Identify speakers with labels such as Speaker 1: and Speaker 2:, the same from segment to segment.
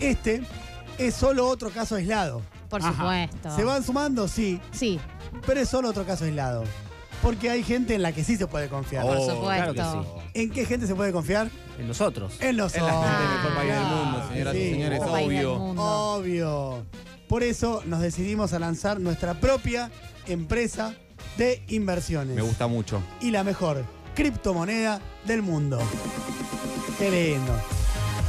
Speaker 1: Este es solo otro caso aislado.
Speaker 2: Por
Speaker 3: Ajá.
Speaker 2: supuesto.
Speaker 1: ¿Se van sumando? Sí,
Speaker 2: Sí,
Speaker 1: pero es solo otro caso aislado. Porque hay gente en la que sí se puede confiar.
Speaker 4: Oh.
Speaker 2: por
Speaker 3: claro que
Speaker 2: supuesto.
Speaker 3: sí.
Speaker 1: ¿En qué gente se puede confiar?
Speaker 3: En nosotros.
Speaker 1: En los
Speaker 4: Es la gente del mejor
Speaker 2: Ah,
Speaker 4: país del mundo, señoras y
Speaker 1: sí.
Speaker 4: señores,
Speaker 2: Otro país del
Speaker 4: obvio.
Speaker 2: mundo.
Speaker 1: Obvio. Por eso nos decidimos a lanzar nuestra propia empresa de inversiones.
Speaker 4: Me gusta mucho.
Speaker 1: Y la mejor criptomoneda del mundo. Qué lindo.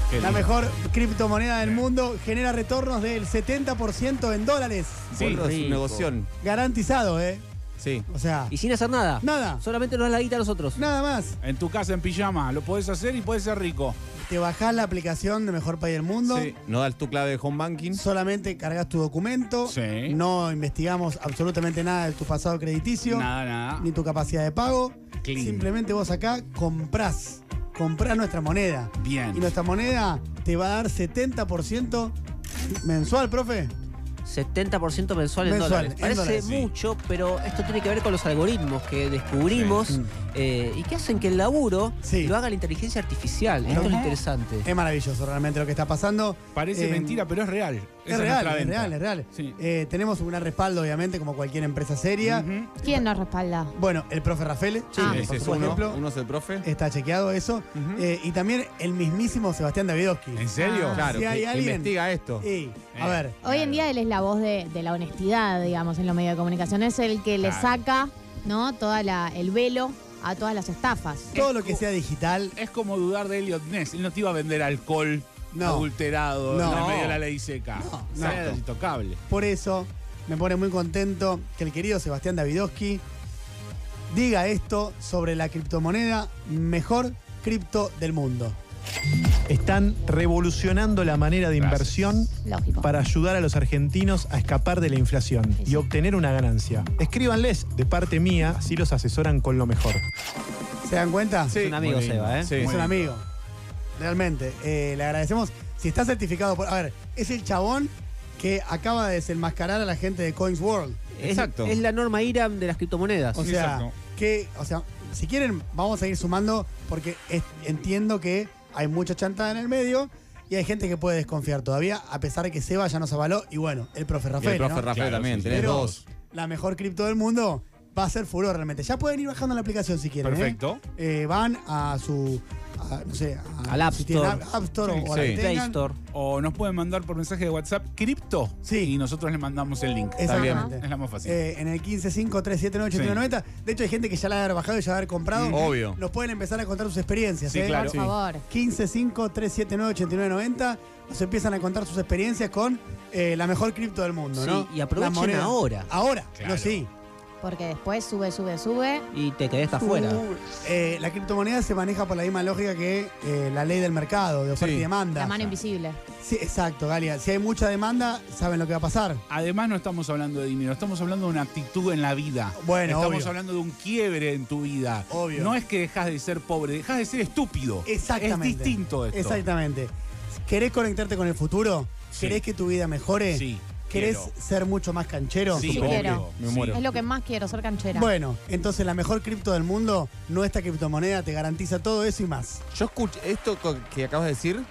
Speaker 4: Qué
Speaker 1: La
Speaker 4: lindo.
Speaker 1: mejor criptomoneda del mundo genera retornos del 70% en dólares.
Speaker 4: Sí,
Speaker 3: Qué
Speaker 4: es
Speaker 3: rico.
Speaker 4: un negoción.
Speaker 1: Garantizado, ¿eh?
Speaker 4: Sí.
Speaker 1: O sea,
Speaker 5: Y sin hacer nada.
Speaker 1: nada.
Speaker 5: Solamente nos da la guita a nosotros.
Speaker 1: Nada más.
Speaker 3: En tu casa en pijama, lo podés hacer y podés ser rico.
Speaker 1: Te bajás la aplicación de Mejor País del Mundo.
Speaker 4: Sí. No das tu clave de home banking.
Speaker 1: Solamente cargas tu documento.
Speaker 3: Sí.
Speaker 1: No investigamos absolutamente nada de tu pasado crediticio.
Speaker 3: Nada, nada.
Speaker 1: Ni tu capacidad de pago.
Speaker 3: Clean.
Speaker 1: Simplemente vos acá comprás. Comprás nuestra moneda.
Speaker 3: Bien.
Speaker 1: Y nuestra moneda te va a dar 70% mensual, profe.
Speaker 5: 70% mensual en
Speaker 1: Mensual,
Speaker 5: dólares.
Speaker 1: en
Speaker 5: Parece
Speaker 1: dólares, sí.
Speaker 5: mucho, pero esto tiene que ver con los algoritmos que descubrimos
Speaker 1: Sí. Mm.
Speaker 5: eh, y que hacen que el laburo
Speaker 1: Sí. Eh,
Speaker 5: lo haga la inteligencia artificial. Esto es lo
Speaker 3: Ajá.
Speaker 5: interesante.
Speaker 1: Es maravilloso realmente lo que está pasando.
Speaker 3: Parece
Speaker 1: Eh,
Speaker 3: mentira, pero es real.
Speaker 1: Es real, es real, es real.
Speaker 3: Sí.
Speaker 1: Eh, tenemos un gran respaldo, obviamente, como cualquier empresa seria.
Speaker 3: Ujú.
Speaker 2: ¿Quién nos respalda?
Speaker 1: Bueno, el profe Rafael,
Speaker 2: Sí,
Speaker 1: por
Speaker 2: Ah,
Speaker 4: Ese es
Speaker 1: supuesto,
Speaker 4: uno. Uno es el profe.
Speaker 1: está chequeado eso.
Speaker 4: Ujú.
Speaker 1: Eh, y también el mismísimo Sebastián Davidovsky.
Speaker 3: ¿En serio?
Speaker 2: Ah.
Speaker 4: Claro,
Speaker 1: si hay
Speaker 4: que- que
Speaker 1: alguien-
Speaker 4: investiga esto.
Speaker 3: eh,
Speaker 1: Y,
Speaker 4: Eh.
Speaker 1: a ver,
Speaker 2: Hoy en día él es la voz de, de la honestidad, digamos, en los medios de comunicación. Es el que le
Speaker 3: Claro.
Speaker 2: saca, ¿no? Toda la, el velo a todas las estafas.
Speaker 1: todo lo que sea digital,
Speaker 3: Es como dudar de Elliot Ness. Él no te iba a vender alcohol
Speaker 1: No.
Speaker 3: adulterado
Speaker 1: No.
Speaker 3: en el medio de la ley seca.
Speaker 1: No,
Speaker 3: O sea,
Speaker 1: no.
Speaker 3: era intocable.
Speaker 1: por eso me pone muy contento que el querido Sebastián Davidovsky diga esto sobre la criptomoneda mejor cripto del mundo.
Speaker 6: Están revolucionando la manera de
Speaker 3: Gracias.
Speaker 6: inversión
Speaker 2: Lógico.
Speaker 6: para ayudar a los argentinos a escapar de la inflación y obtener una ganancia. Escríbanles de parte mía, así los asesoran con lo mejor.
Speaker 1: ¿Se dan cuenta?
Speaker 4: Sí.
Speaker 5: Es un amigo,
Speaker 4: Muy lindo.
Speaker 5: Seba, ¿eh?
Speaker 4: Sí.
Speaker 1: es un amigo. Realmente, eh, le agradecemos. Si está certificado por. A ver, es el chabón que acaba de desenmascarar a la gente de Coins World.
Speaker 5: Es-
Speaker 4: Exacto.
Speaker 5: Es, la norma IRAM de las criptomonedas.
Speaker 1: O sea,
Speaker 3: Exacto.
Speaker 1: que. O sea, si quieren, vamos a ir sumando porque es- entiendo que hay mucha chantada en el medio y hay gente que puede desconfiar todavía, a pesar de que Seba ya nos avaló. Y bueno, el profe
Speaker 4: Y
Speaker 1: Rafael.
Speaker 4: el profe
Speaker 1: ¿no?
Speaker 4: Rafael
Speaker 3: Claro,
Speaker 4: también.
Speaker 3: sí, sí.
Speaker 4: Tenés
Speaker 1: Pero
Speaker 4: dos.
Speaker 1: La mejor cripto del mundo va a ser furor realmente. Ya pueden ir bajando la aplicación si quieren. ¿eh?
Speaker 3: Perfecto.
Speaker 1: eh, van a su. a, no sé, a,
Speaker 5: Al App
Speaker 1: si tienen
Speaker 5: Store.
Speaker 1: App Store
Speaker 3: Sí,
Speaker 1: o a la
Speaker 4: sí.
Speaker 1: que
Speaker 5: Play
Speaker 1: tengan.
Speaker 5: Store.
Speaker 3: O nos pueden mandar por mensaje de WhatsApp cripto.
Speaker 1: Sí.
Speaker 3: Y nosotros les mandamos el link.
Speaker 1: Exactamente.
Speaker 3: Es la más fácil.
Speaker 1: Eh, en el 1553798990. De hecho, hay gente que ya la ha bajado y ya la ha comprado.
Speaker 4: Obvio.
Speaker 1: Nos pueden empezar a contar sus experiencias.
Speaker 3: Mm. Sí,
Speaker 1: ¿eh?
Speaker 3: claro.
Speaker 2: Por favor.
Speaker 1: 1553798990. Nos empiezan a contar sus experiencias con eh, la mejor cripto del mundo,
Speaker 5: Sí,
Speaker 1: ¿no?
Speaker 5: y aprovechen
Speaker 1: La moneda.
Speaker 5: ahora.
Speaker 1: Ahora,
Speaker 3: Claro.
Speaker 1: no sí.
Speaker 2: Porque después sube, sube, sube.
Speaker 5: Y te quedaste afuera.
Speaker 1: Uh, eh, la criptomoneda se maneja por la misma lógica que eh, la ley del mercado, de oferta
Speaker 4: Sí.
Speaker 1: y demanda.
Speaker 2: La mano invisible.
Speaker 1: Sí, exacto, Galia. Si hay mucha demanda, saben lo que va a pasar.
Speaker 3: Además no estamos hablando de dinero, estamos hablando de una actitud en la vida.
Speaker 1: Bueno,
Speaker 3: estamos
Speaker 1: obvio.
Speaker 3: hablando de un quiebre en tu vida.
Speaker 1: Obvio.
Speaker 3: No es que dejas de ser pobre, dejas de ser estúpido.
Speaker 1: Exactamente.
Speaker 3: Es distinto esto.
Speaker 1: Exactamente. ¿Querés conectarte con el futuro?
Speaker 3: Sí.
Speaker 1: ¿Querés que tu vida mejore?
Speaker 3: Sí.
Speaker 1: ¿Querés
Speaker 3: quiero.
Speaker 1: ser mucho más canchero?
Speaker 3: Sí,
Speaker 2: Sí,
Speaker 3: obvio.
Speaker 2: quiero.
Speaker 4: Me
Speaker 3: Sí.
Speaker 4: muero.
Speaker 2: Es lo que más quiero, ser canchera.
Speaker 1: Bueno, entonces la mejor cripto del mundo, nuestra criptomoneda, te garantiza todo eso y más.
Speaker 4: Yo escuché esto co- que acabas de decir,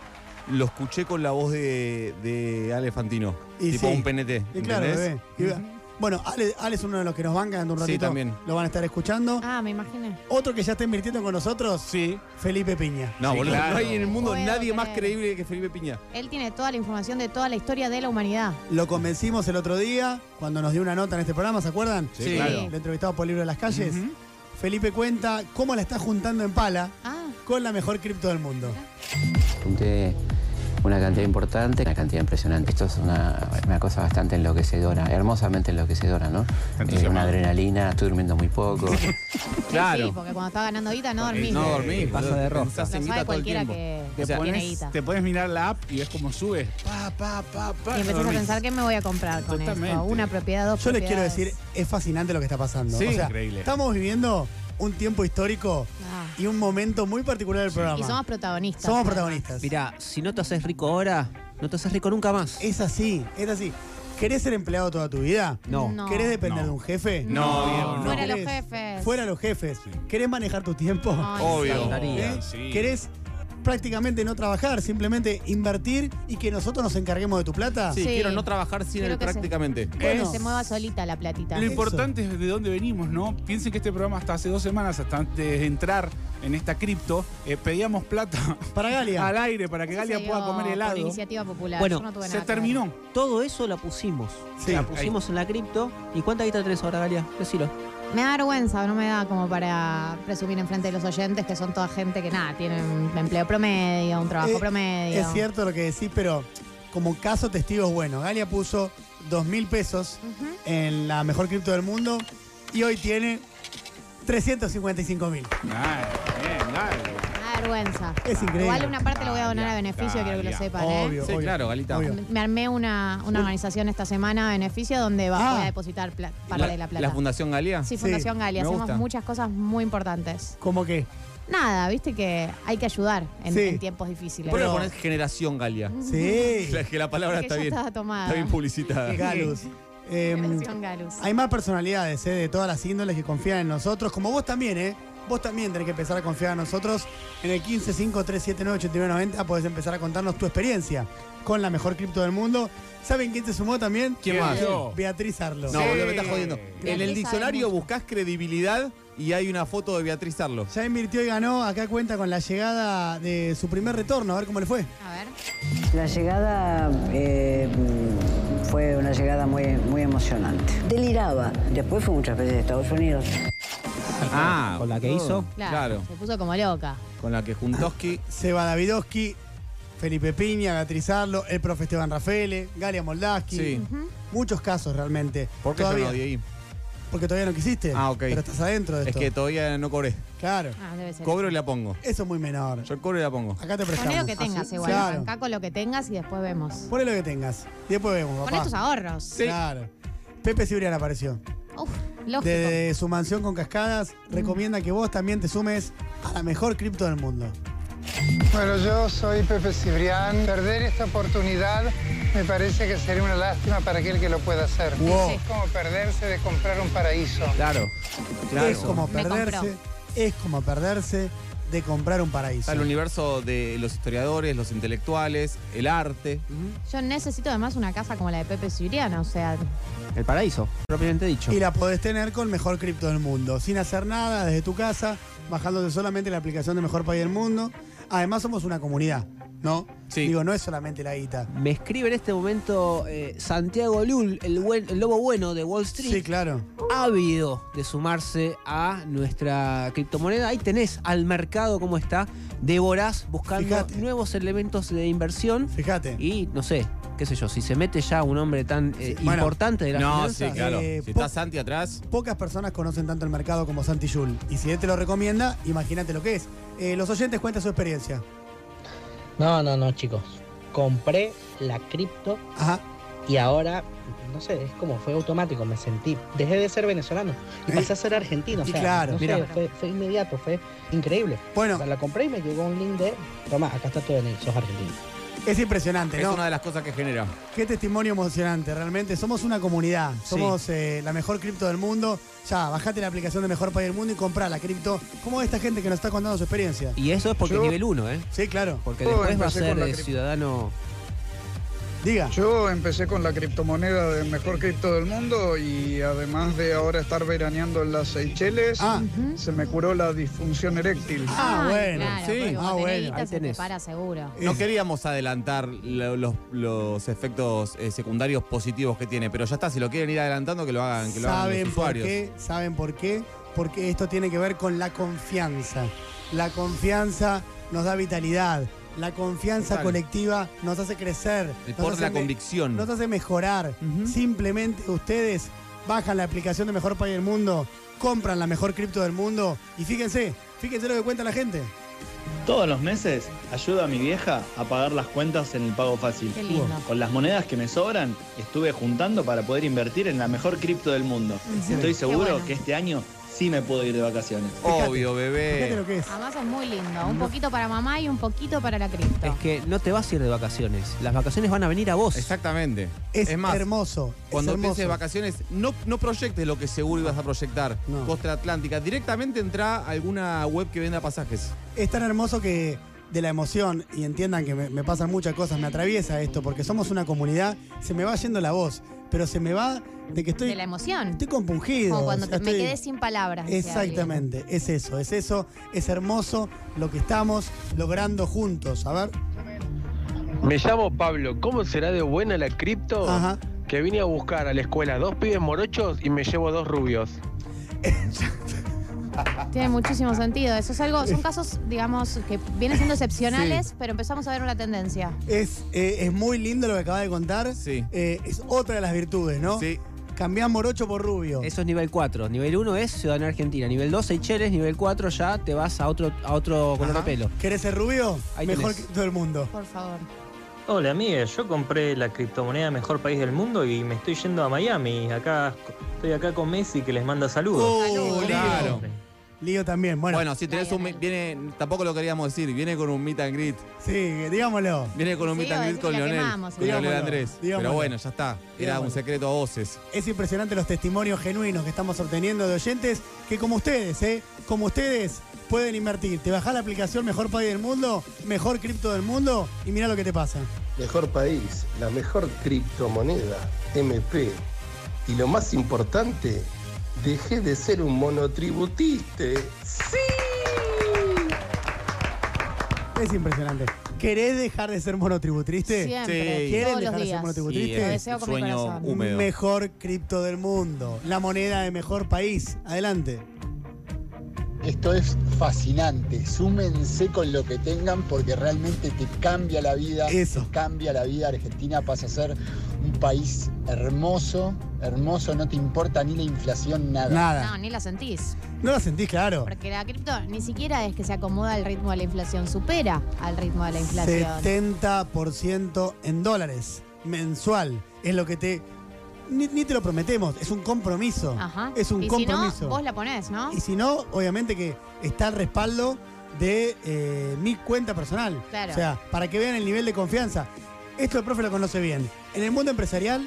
Speaker 4: lo escuché con la voz de, de Ale Fantino.
Speaker 1: Y
Speaker 4: tipo
Speaker 1: sí.
Speaker 4: un PNT.
Speaker 1: Y claro,
Speaker 4: ¿entendés?
Speaker 1: bebé. Y- Bueno, Ale, Ale es uno de los que nos banca en un
Speaker 4: Sí,
Speaker 1: ratito.
Speaker 4: también.
Speaker 1: Lo van a estar escuchando.
Speaker 2: Ah, me imaginé.
Speaker 1: Otro que ya está invirtiendo con nosotros,
Speaker 3: Sí.
Speaker 1: Felipe Piña.
Speaker 4: No,
Speaker 3: Sí,
Speaker 4: boludo,
Speaker 3: claro.
Speaker 4: no hay en el mundo
Speaker 2: Puedo
Speaker 4: nadie más
Speaker 2: creer.
Speaker 4: creíble que Felipe Piña.
Speaker 2: Él tiene toda la información de toda la historia de la humanidad.
Speaker 1: Lo convencimos el otro día cuando nos dio una nota en este programa, ¿se acuerdan?
Speaker 3: Sí,
Speaker 4: Sí.
Speaker 3: claro.
Speaker 1: Lo entrevistado por Libro de las Calles.
Speaker 3: Ujú.
Speaker 1: Felipe cuenta cómo la está juntando en pala
Speaker 2: Ah,
Speaker 1: con la mejor cripto del mundo.
Speaker 7: Junté una cantidad importante, una cantidad impresionante. Esto es una, una cosa bastante enloquecedora, hermosamente enloquecedora, ¿no?
Speaker 3: Entusiasmado.
Speaker 7: Eh, una adrenalina, estoy durmiendo muy poco.
Speaker 2: sí, porque cuando está ganando guita no dormís.
Speaker 4: No
Speaker 3: Sí,
Speaker 4: dormís,
Speaker 5: pasa
Speaker 4: boludo,
Speaker 5: de rosca.
Speaker 4: pensás en
Speaker 2: Lo
Speaker 4: guita
Speaker 2: sabe
Speaker 4: todo el
Speaker 2: cualquiera
Speaker 4: tiempo.
Speaker 2: que
Speaker 3: Te
Speaker 2: tiene
Speaker 3: pones,
Speaker 2: guita.
Speaker 3: te pones mirar la app y ves cómo sube. Pa, pa, pa, pa.
Speaker 2: Y
Speaker 3: no
Speaker 2: empezás a
Speaker 3: dormís.
Speaker 2: pensar qué me voy a comprar con
Speaker 3: Totalmente.
Speaker 2: esto. Una propiedad, dos
Speaker 1: Yo les quiero
Speaker 2: propiedades.
Speaker 1: decir, es fascinante lo que está pasando.
Speaker 3: Sí,
Speaker 1: O sea,
Speaker 3: increíble.
Speaker 1: Estamos viviendo un tiempo histórico
Speaker 2: Ah.
Speaker 1: y un momento muy particular del programa.
Speaker 2: Y somos protagonistas.
Speaker 1: Somos
Speaker 2: además.
Speaker 1: protagonistas.
Speaker 5: Mirá, si no te haces rico ahora, no te haces rico nunca más.
Speaker 1: Es así, es así. ¿Querés ser empleado toda tu vida?
Speaker 5: No.
Speaker 2: No.
Speaker 1: ¿Querés depender
Speaker 3: No.
Speaker 1: de un jefe?
Speaker 4: No, Diego, no.
Speaker 2: Fuera los
Speaker 1: ¿Querés?
Speaker 2: jefes.
Speaker 1: Fuera los jefes. ¿Querés manejar tu tiempo?
Speaker 2: Ay,
Speaker 4: Obvio.
Speaker 2: sí.
Speaker 3: Daría,
Speaker 1: ¿Eh?
Speaker 3: sí.
Speaker 1: ¿Querés prácticamente no trabajar, simplemente invertir y que nosotros nos encarguemos de tu plata.
Speaker 4: Sí,
Speaker 2: Sí.
Speaker 4: quiero no trabajar sin
Speaker 2: Quiero
Speaker 4: él
Speaker 2: que se-
Speaker 4: prácticamente.
Speaker 1: Bueno.
Speaker 2: Que se mueva solita la platita.
Speaker 3: Lo importante es de dónde venimos, ¿no? Piensen que este programa hasta hace dos semanas, hasta antes de entrar en esta cripto, eh, pedíamos plata
Speaker 1: Para Galia.
Speaker 3: al aire para que
Speaker 2: Eso
Speaker 3: Galia
Speaker 2: se
Speaker 3: pueda
Speaker 2: dio
Speaker 3: comer
Speaker 2: Por
Speaker 3: helado.
Speaker 2: iniciativa popular.
Speaker 5: Bueno,
Speaker 2: Yo no tuve
Speaker 3: Se
Speaker 2: nada que ver.
Speaker 3: terminó.
Speaker 5: Todo eso la pusimos.
Speaker 1: Sí,
Speaker 5: la pusimos en la cripto. ¿Y cuánta guita tenés ahora, Galia? Decilo.
Speaker 2: Me da vergüenza, no me da como para presumir enfrente de los oyentes que son toda gente que nada, tienen un empleo promedio, un trabajo
Speaker 1: Eh,
Speaker 2: promedio.
Speaker 1: Es cierto lo que decís, pero como caso testigo es bueno. Galia puso dos mil pesos
Speaker 2: Ujú.
Speaker 1: en la mejor cripto del mundo y hoy tiene 355 mil.
Speaker 3: Ay, bien, Galia.
Speaker 2: Me da vergüenza.
Speaker 1: Es increíble.
Speaker 2: Igual una parte lo voy a donar a
Speaker 3: Galia,
Speaker 2: beneficio, quiero que lo
Speaker 3: Galia.
Speaker 2: sepan. ¿eh?
Speaker 1: Obvio,
Speaker 4: Sí,
Speaker 1: obvio.
Speaker 4: claro, Galita.
Speaker 1: Obvio.
Speaker 2: Me armé una, una organización esta semana a beneficio donde va,
Speaker 1: Ah.
Speaker 2: voy a depositar pla- parte
Speaker 4: La,
Speaker 2: de la
Speaker 4: la
Speaker 2: plata.
Speaker 4: Fundación Galia?
Speaker 2: sí, Fundación Galia.
Speaker 4: me
Speaker 2: Hacemos
Speaker 4: gusta.
Speaker 2: muchas cosas muy importantes.
Speaker 1: ¿Cómo que?
Speaker 2: Nada, viste que hay que ayudar en,
Speaker 1: Sí.
Speaker 2: en tiempos difíciles.
Speaker 4: ¿Por qué
Speaker 1: Pero-
Speaker 4: le pones Generación Galia?
Speaker 1: Sí.
Speaker 4: La- que la palabra
Speaker 2: Porque
Speaker 4: está
Speaker 2: ya
Speaker 4: bien,
Speaker 2: estaba tomada.
Speaker 4: está bien publicitada.
Speaker 1: Galus. Em,
Speaker 2: Generación Galus.
Speaker 1: hay más personalidades eh, de todas las índoles que confían en nosotros, como vos también, ¿eh? Vos también tenés que empezar a confiar en nosotros. En el 1553798990 podés empezar a contarnos tu experiencia con la mejor cripto del mundo. ¿Saben quién se sumó también?
Speaker 4: ¿Quién más?
Speaker 3: Yo.
Speaker 1: Beatriz Arlo.
Speaker 4: No, boludo, me estás jodiendo. En
Speaker 2: sabe
Speaker 4: el diccionario
Speaker 2: mucho.
Speaker 4: buscás credibilidad y hay una foto de Beatriz Arlo.
Speaker 1: Ya invirtió y ganó. Acá cuenta con la llegada de su primer retorno. A ver cómo le fue.
Speaker 2: A ver.
Speaker 8: La llegada eh, fue una llegada muy, muy emocionante. Deliraba. Después fue muchas veces a Estados Unidos.
Speaker 4: Ah,
Speaker 5: con la que
Speaker 4: boludo.
Speaker 5: hizo.
Speaker 2: Claro,
Speaker 4: Claro,
Speaker 2: Se puso como loca.
Speaker 4: con la que Juntoski.
Speaker 1: Seba Davidowski, Felipe Piña, Beatriz Arlo, el profe Esteban Rafele, Galia Moldaski.
Speaker 4: Sí.
Speaker 1: Muchos casos realmente.
Speaker 4: ¿Por qué yo
Speaker 1: todavía,
Speaker 4: no di ahí?
Speaker 1: Porque todavía no quisiste.
Speaker 4: Ah, ok.
Speaker 1: Pero estás adentro de
Speaker 4: Es
Speaker 1: esto.
Speaker 4: que todavía no cobré.
Speaker 1: Claro.
Speaker 2: Ah, debe ser.
Speaker 4: Cobro y la pongo.
Speaker 1: Eso es muy menor.
Speaker 4: Yo cobro y la pongo.
Speaker 1: Acá te
Speaker 2: Poné
Speaker 1: prestamos.
Speaker 2: lo que tengas igual.
Speaker 1: Claro.
Speaker 2: Arrancá con lo que tengas y después vemos.
Speaker 1: Poné lo que tengas. Y después vemos,
Speaker 2: Poné
Speaker 1: papá.
Speaker 2: tus ahorros.
Speaker 1: Claro. Pepe Cibrián apareció.
Speaker 2: Uf, lógico. Mm.
Speaker 1: Desde su mansión con cascadas, recomienda que vos también te sumes a la mejor cripto del mundo.
Speaker 9: Bueno, yo soy Pepe Cibrián. Perder esta oportunidad me parece que sería una lástima para aquel que lo pueda hacer.
Speaker 1: Wow.
Speaker 9: Es como perderse de comprar un paraíso.
Speaker 4: Claro, claro.
Speaker 1: Es como
Speaker 2: Me compró.
Speaker 1: perderse, es como perderse de comprar un paraíso.
Speaker 4: Está el universo de los historiadores, los intelectuales, el arte.
Speaker 2: Yo necesito además una casa como la de Pepe Siriana, o sea,
Speaker 5: El paraíso, propiamente dicho.
Speaker 1: Y la podés tener con mejor cripto del mundo, sin hacer nada desde tu casa, bajándote solamente la aplicación de Mejor País del Mundo. Además somos una comunidad, ¿no?
Speaker 4: Sí.
Speaker 1: Digo, no es solamente la guita.
Speaker 5: Me escribe en este momento eh, Santiago Lul, el, buen- el lobo bueno de Wall Street,
Speaker 1: Sí, claro.
Speaker 5: ávido de sumarse a nuestra criptomoneda. Ahí tenés al mercado como está, devorás buscando
Speaker 1: Fíjate.
Speaker 5: nuevos elementos de inversión.
Speaker 1: Fíjate.
Speaker 5: Y no sé, qué sé yo, si se mete ya un hombre tan eh,
Speaker 1: Sí, bueno.
Speaker 5: importante de la
Speaker 4: No, sí, claro.
Speaker 1: Eh,
Speaker 4: si
Speaker 1: po-
Speaker 4: está Santi atrás,
Speaker 1: Pocas personas conocen tanto el mercado como Santi Yul. Y si él te lo recomienda, imagínate lo que es. Eh, los oyentes cuentan su experiencia.
Speaker 10: No, no, no, chicos. Compré la cripto
Speaker 1: Ajá.
Speaker 10: y ahora, no sé, es como fue automático, me sentí. Dejé de ser venezolano y
Speaker 1: Eh.
Speaker 10: pasé a ser argentino. O
Speaker 1: Sí,
Speaker 10: sea,
Speaker 1: claro,
Speaker 10: no sé,
Speaker 1: mira.
Speaker 10: fue, fue inmediato, fue increíble. O
Speaker 1: Bueno,
Speaker 10: sea, la compré y me llegó un link de, toma, acá está todo en el, sos argentino.
Speaker 1: es impresionante,
Speaker 4: es
Speaker 1: ¿no?
Speaker 4: una de las cosas que genera.
Speaker 1: Qué testimonio emocionante, realmente. Somos una comunidad. Somos eh, la mejor cripto del mundo. Ya, bajate la aplicación de Mejor País del Mundo y comprá la cripto. Como esta gente que nos está contando su experiencia.
Speaker 5: Y eso es porque
Speaker 9: Yo-
Speaker 5: nivel 1, ¿eh?
Speaker 1: Sí, claro.
Speaker 5: Porque
Speaker 9: Yo
Speaker 5: después va a
Speaker 9: empecé con
Speaker 5: ser
Speaker 9: la
Speaker 5: eh,
Speaker 9: cripto.
Speaker 5: ciudadano.
Speaker 1: Diga.
Speaker 9: Yo empecé con la criptomoneda de mejor cripto del mundo y además de ahora estar veraneando en las Seychelles,
Speaker 1: Ah,
Speaker 2: ujú.
Speaker 9: se me curó la disfunción eréctil.
Speaker 1: Ah,
Speaker 2: Ay,
Speaker 1: bueno,
Speaker 2: claro,
Speaker 1: sí.
Speaker 2: porque vos
Speaker 1: Ah,
Speaker 2: tenés
Speaker 1: bueno.
Speaker 2: guita,
Speaker 5: Ahí
Speaker 2: se te
Speaker 5: tenés.
Speaker 2: para seguro.
Speaker 4: No queríamos adelantar lo- los, los efectos eh, secundarios positivos que tiene, pero ya está, si lo quieren ir adelantando, que lo hagan, que lo hagan los
Speaker 1: ¿Saben por
Speaker 4: usuarios.
Speaker 1: qué? ¿Saben por qué? Porque esto tiene que ver con la confianza. La confianza nos da vitalidad. La confianza
Speaker 4: Total.
Speaker 1: colectiva nos hace crecer.
Speaker 4: El
Speaker 1: nos
Speaker 4: poder de la
Speaker 1: hace me-
Speaker 4: convicción.
Speaker 1: nos hace mejorar. Simplemente ustedes bajan la aplicación de Mejor País del Mundo, compran la mejor cripto del mundo y fíjense, fíjense lo que cuenta la gente.
Speaker 11: Todos los meses ayudo a mi vieja a pagar las cuentas en el pago fácil.
Speaker 2: Qué lindo.
Speaker 11: Con las monedas que me sobran, estuve juntando para poder invertir en la mejor cripto del mundo. Estoy seguro
Speaker 2: bueno.
Speaker 11: que este año sí me puedo ir de vacaciones.
Speaker 4: Obvio, bebé.
Speaker 1: Fíjate lo que es.
Speaker 2: Además es muy lindo. Un poquito para mamá y un poquito para la cripto.
Speaker 5: Es que no te vas a ir de vacaciones. Las vacaciones van a venir a vos.
Speaker 4: Exactamente.
Speaker 1: Es,
Speaker 4: más,
Speaker 1: hermoso. es
Speaker 4: cuando
Speaker 1: hermoso.
Speaker 4: empieces de vacaciones, no, no proyectes lo que seguro ibas a proyectar.
Speaker 1: No.
Speaker 4: Costa Atlántica. Directamente entra a alguna web que venda pasajes.
Speaker 1: Es tan hermoso que de la emoción y entiendan que me, me pasan muchas cosas, me atraviesa esto, porque somos una comunidad, se me va yendo la voz, pero se me va de que estoy.
Speaker 2: De la emoción.
Speaker 1: Estoy compungido.
Speaker 2: Como cuando
Speaker 1: o sea,
Speaker 2: te- me
Speaker 1: estoy-
Speaker 2: quedé sin palabras. decía alguien.
Speaker 1: Exactamente, es eso, es eso, es hermoso lo que estamos logrando juntos. A ver,
Speaker 12: Me llamo Pablo, ¿cómo será de buena la cripto? Que vine a buscar a la escuela dos pibes morochos y me llevo dos rubios.
Speaker 2: Tiene muchísimo sentido. Eso es algo, son casos, digamos, que vienen siendo excepcionales, pero empezamos a ver una tendencia.
Speaker 1: es, eh, es muy lindo lo que acaba de contar. Eh, es otra de las virtudes, ¿no? Sí. Cambiás morocho por rubio.
Speaker 5: Eso es nivel 4. Nivel 1 es ciudadanía argentina. Nivel 2 Seychelles. Nivel 4 ya te vas a otro, a otro color de pelo.
Speaker 1: ¿Querés ser rubio? Mejor que
Speaker 5: tenés.
Speaker 1: todo el mundo.
Speaker 2: Por favor.
Speaker 13: Hola amiga, yo compré la criptomoneda mejor país del mundo y me estoy yendo a Miami. Acá estoy acá con Messi que les manda saludos.
Speaker 4: Oh, claro.
Speaker 1: Lío también, bueno.
Speaker 4: Bueno, si tenés un. mi- Viene, tampoco lo queríamos decir, viene con un meet and greet.
Speaker 1: Sí, digámoslo.
Speaker 4: Viene con un
Speaker 1: Sí,
Speaker 4: meet and
Speaker 1: o
Speaker 4: greet con
Speaker 1: la
Speaker 4: Leonel.
Speaker 1: quemamos,
Speaker 4: con
Speaker 1: digámoslo,
Speaker 4: Leonel Andrés. Pero
Speaker 1: digámoslo.
Speaker 4: bueno, ya está. Era
Speaker 1: Digámoslo.
Speaker 4: un secreto a voces.
Speaker 1: Es impresionante los testimonios genuinos que estamos obteniendo de oyentes que como ustedes, ¿eh? Como ustedes pueden invertir. Te bajás la aplicación Mejor País del Mundo, Mejor Cripto del Mundo y mira lo que te pasa.
Speaker 14: Mejor país, la mejor criptomoneda, MP. Y lo más importante, dejé de ser un monotributista.
Speaker 1: ¡Sí! Es impresionante. ¿Querés dejar de ser monotributriste?
Speaker 2: Siempre, Sí.
Speaker 1: ¿Quieren
Speaker 2: todos los
Speaker 1: dejar de ser
Speaker 2: días.
Speaker 1: monotributriste?
Speaker 2: Sí, Lo deseo con mi sueño corazón. húmedo.
Speaker 1: Mejor cripto del mundo. La moneda de mejor país. Adelante.
Speaker 15: Esto es fascinante. Súmense con lo que tengan porque realmente te cambia la vida. Te cambia la vida. Argentina pasa a ser un país hermoso, hermoso. No te importa ni la inflación, nada.
Speaker 2: No, ni la sentís.
Speaker 1: No lo sentís, claro.
Speaker 2: Porque la cripto ni siquiera es que se acomoda al ritmo de la inflación, supera al ritmo de la inflación.
Speaker 1: 70% en dólares mensual. Es lo que te. Ni, ni te lo prometemos, es un compromiso.
Speaker 2: Ajá.
Speaker 1: Es un
Speaker 2: y
Speaker 1: compromiso.
Speaker 2: Si no, vos la ponés, ¿no?
Speaker 1: Y si no, obviamente que está el respaldo de eh, mi cuenta personal.
Speaker 2: Claro.
Speaker 1: O sea, para que vean el nivel de confianza. Esto el profe lo conoce bien. En el mundo empresarial,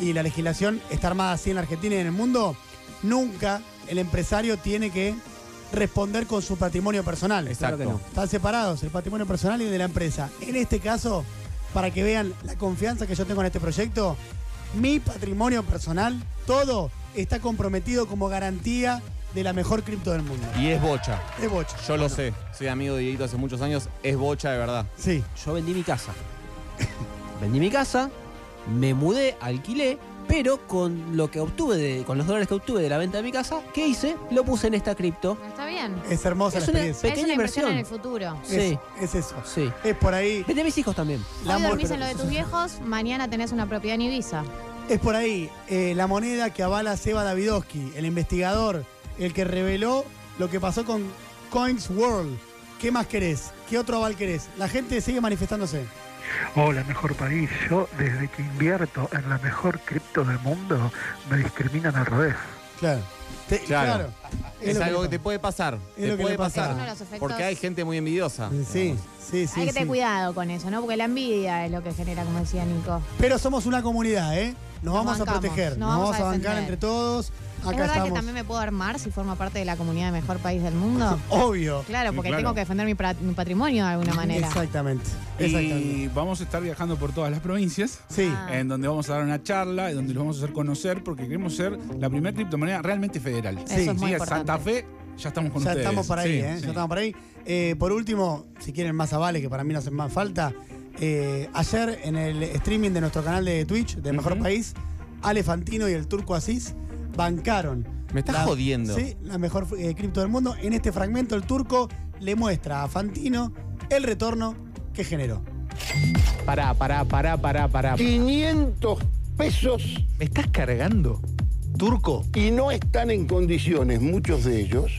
Speaker 1: y la legislación está armada así en la Argentina y en el mundo, nunca el empresario tiene que responder con su patrimonio personal.
Speaker 4: Exacto. Claro que no.
Speaker 1: Están separados, el patrimonio personal y de la empresa. En este caso, para que vean la confianza que yo tengo en este proyecto, mi patrimonio personal, todo está comprometido como garantía de la mejor cripto del mundo.
Speaker 4: Y es bocha.
Speaker 1: Es bocha.
Speaker 4: Yo lo sé. Soy amigo de Dieguito hace muchos años. Es bocha de verdad.
Speaker 1: Sí.
Speaker 5: Yo vendí mi casa. vendí mi casa, me mudé, alquilé, pero con lo que obtuve, de- con los dólares que obtuve de la venta de mi casa, ¿qué hice? Lo puse en esta cripto.
Speaker 2: Está bien.
Speaker 1: Es hermosa
Speaker 5: Es
Speaker 1: la
Speaker 5: una
Speaker 1: experiencia.
Speaker 5: pequeña
Speaker 2: es una inversión
Speaker 5: inversión.
Speaker 2: en el futuro.
Speaker 5: Sí.
Speaker 1: Es, eso.
Speaker 5: Sí.
Speaker 1: Es por ahí.
Speaker 5: Vendí a mis hijos también.
Speaker 2: Hoy dormís en lo de tus viejos, mañana tenés una propiedad en Ibiza.
Speaker 1: Es por ahí eh, la moneda que avala a Seba Davidovsky, el investigador, el que reveló lo que pasó con Coins World. ¿Qué más querés? ¿Qué otro aval querés? La gente sigue manifestándose.
Speaker 16: Hola, mejor país. Yo, desde que invierto en la mejor cripto del mundo, me discriminan al revés.
Speaker 1: Claro.
Speaker 4: Claro.
Speaker 1: Es
Speaker 4: Es,
Speaker 1: lo que
Speaker 4: algo
Speaker 1: le
Speaker 4: que,
Speaker 1: pasa.
Speaker 4: te puede pasar.
Speaker 1: Es
Speaker 4: te
Speaker 1: lo que
Speaker 4: puede
Speaker 1: le pasa. Es uno de
Speaker 4: pasar.
Speaker 2: los efectos-
Speaker 4: Porque hay gente muy envidiosa.
Speaker 1: Sí, sí, sí.
Speaker 2: Hay que tener
Speaker 1: sí.
Speaker 2: cuidado con eso, ¿no? Porque la envidia es lo que genera, como decía Nico.
Speaker 1: Pero somos una comunidad, ¿eh? Nos, vamos
Speaker 2: bancamos,
Speaker 1: a proteger, nos vamos, a, bancar
Speaker 2: defender.
Speaker 1: entre todos. Acá
Speaker 2: ¿Es verdad
Speaker 1: estamos.
Speaker 2: que también me puedo armar si formo parte de la comunidad de mejor país del mundo?
Speaker 1: Obvio.
Speaker 2: Claro, porque
Speaker 3: Claro.
Speaker 2: tengo que defender mi, pra- mi patrimonio de alguna manera.
Speaker 1: Exactamente. Ah.
Speaker 3: Y vamos a estar viajando por todas las provincias.
Speaker 1: Sí.
Speaker 2: Ah.
Speaker 3: En donde vamos a dar una charla, en donde los vamos a hacer conocer, porque queremos ser la primera criptomoneda realmente federal.
Speaker 1: Eso es muy
Speaker 3: a Santa Fe ya estamos con
Speaker 1: ya
Speaker 3: ustedes.
Speaker 1: estamos para ahí,
Speaker 3: Sí,
Speaker 1: ¿eh?
Speaker 3: sí.
Speaker 1: Ya estamos para ahí. Eh, por último, si quieren más avales, que para mí no hacen más falta, eh, ayer en el streaming de nuestro canal de Twitch, de Mejor País, Ale Fantino y el Turco Asís bancaron.
Speaker 4: Me estás
Speaker 1: la-
Speaker 4: jodiendo.
Speaker 1: Sí, la mejor eh, cripto del mundo. En este fragmento, el Turco le muestra a Fantino el retorno que generó.
Speaker 17: Pará, pará, pará, pará, pará. 500 pesos. ¿Me estás cargando? Turco. Y no están en condiciones, muchos de ellos,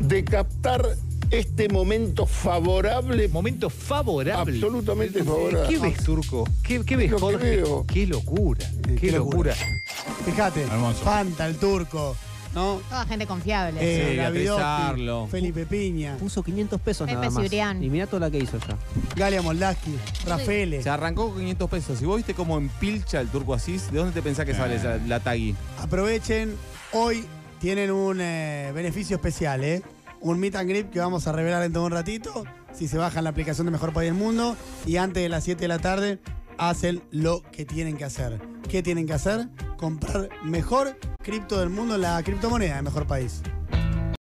Speaker 17: de captar este momento favorable. ¿Momento favorable? Absolutamente favorable.
Speaker 18: ¿Qué ves, Turco? ¿Qué, qué ves,
Speaker 17: Lo que
Speaker 18: Jorge?
Speaker 17: veo. Eh,
Speaker 18: Qué locura. Qué,
Speaker 1: qué locura.
Speaker 18: locura.
Speaker 1: Fíjate,
Speaker 18: Hermoso.
Speaker 1: Fanta, el Turco, ¿no?
Speaker 2: Toda gente confiable.
Speaker 1: Eh, Gaby
Speaker 4: Sí, Beatriz
Speaker 1: Dotti,
Speaker 4: Arlo.
Speaker 1: Felipe Piña.
Speaker 5: Puso 500 pesos
Speaker 2: Pepe
Speaker 5: nada más.
Speaker 2: Cibrián.
Speaker 5: Y mirá toda la que hizo ya.
Speaker 1: Galia Moldaski, Rafele.
Speaker 4: Se arrancó con 500 pesos. Si vos viste cómo empilcha el turco Asís, ¿de dónde te pensás que sale esa- la tagui?
Speaker 1: Aprovechen, hoy tienen un eh, beneficio especial, ¿eh? Un meet and greet que vamos a revelar en todo un ratito. si se bajan la aplicación de Mejor País del Mundo y antes de las 7 de la tarde hacen lo que tienen que hacer. ¿Qué tienen que hacer? Comprar mejor cripto del mundo, la criptomoneda de Mejor País.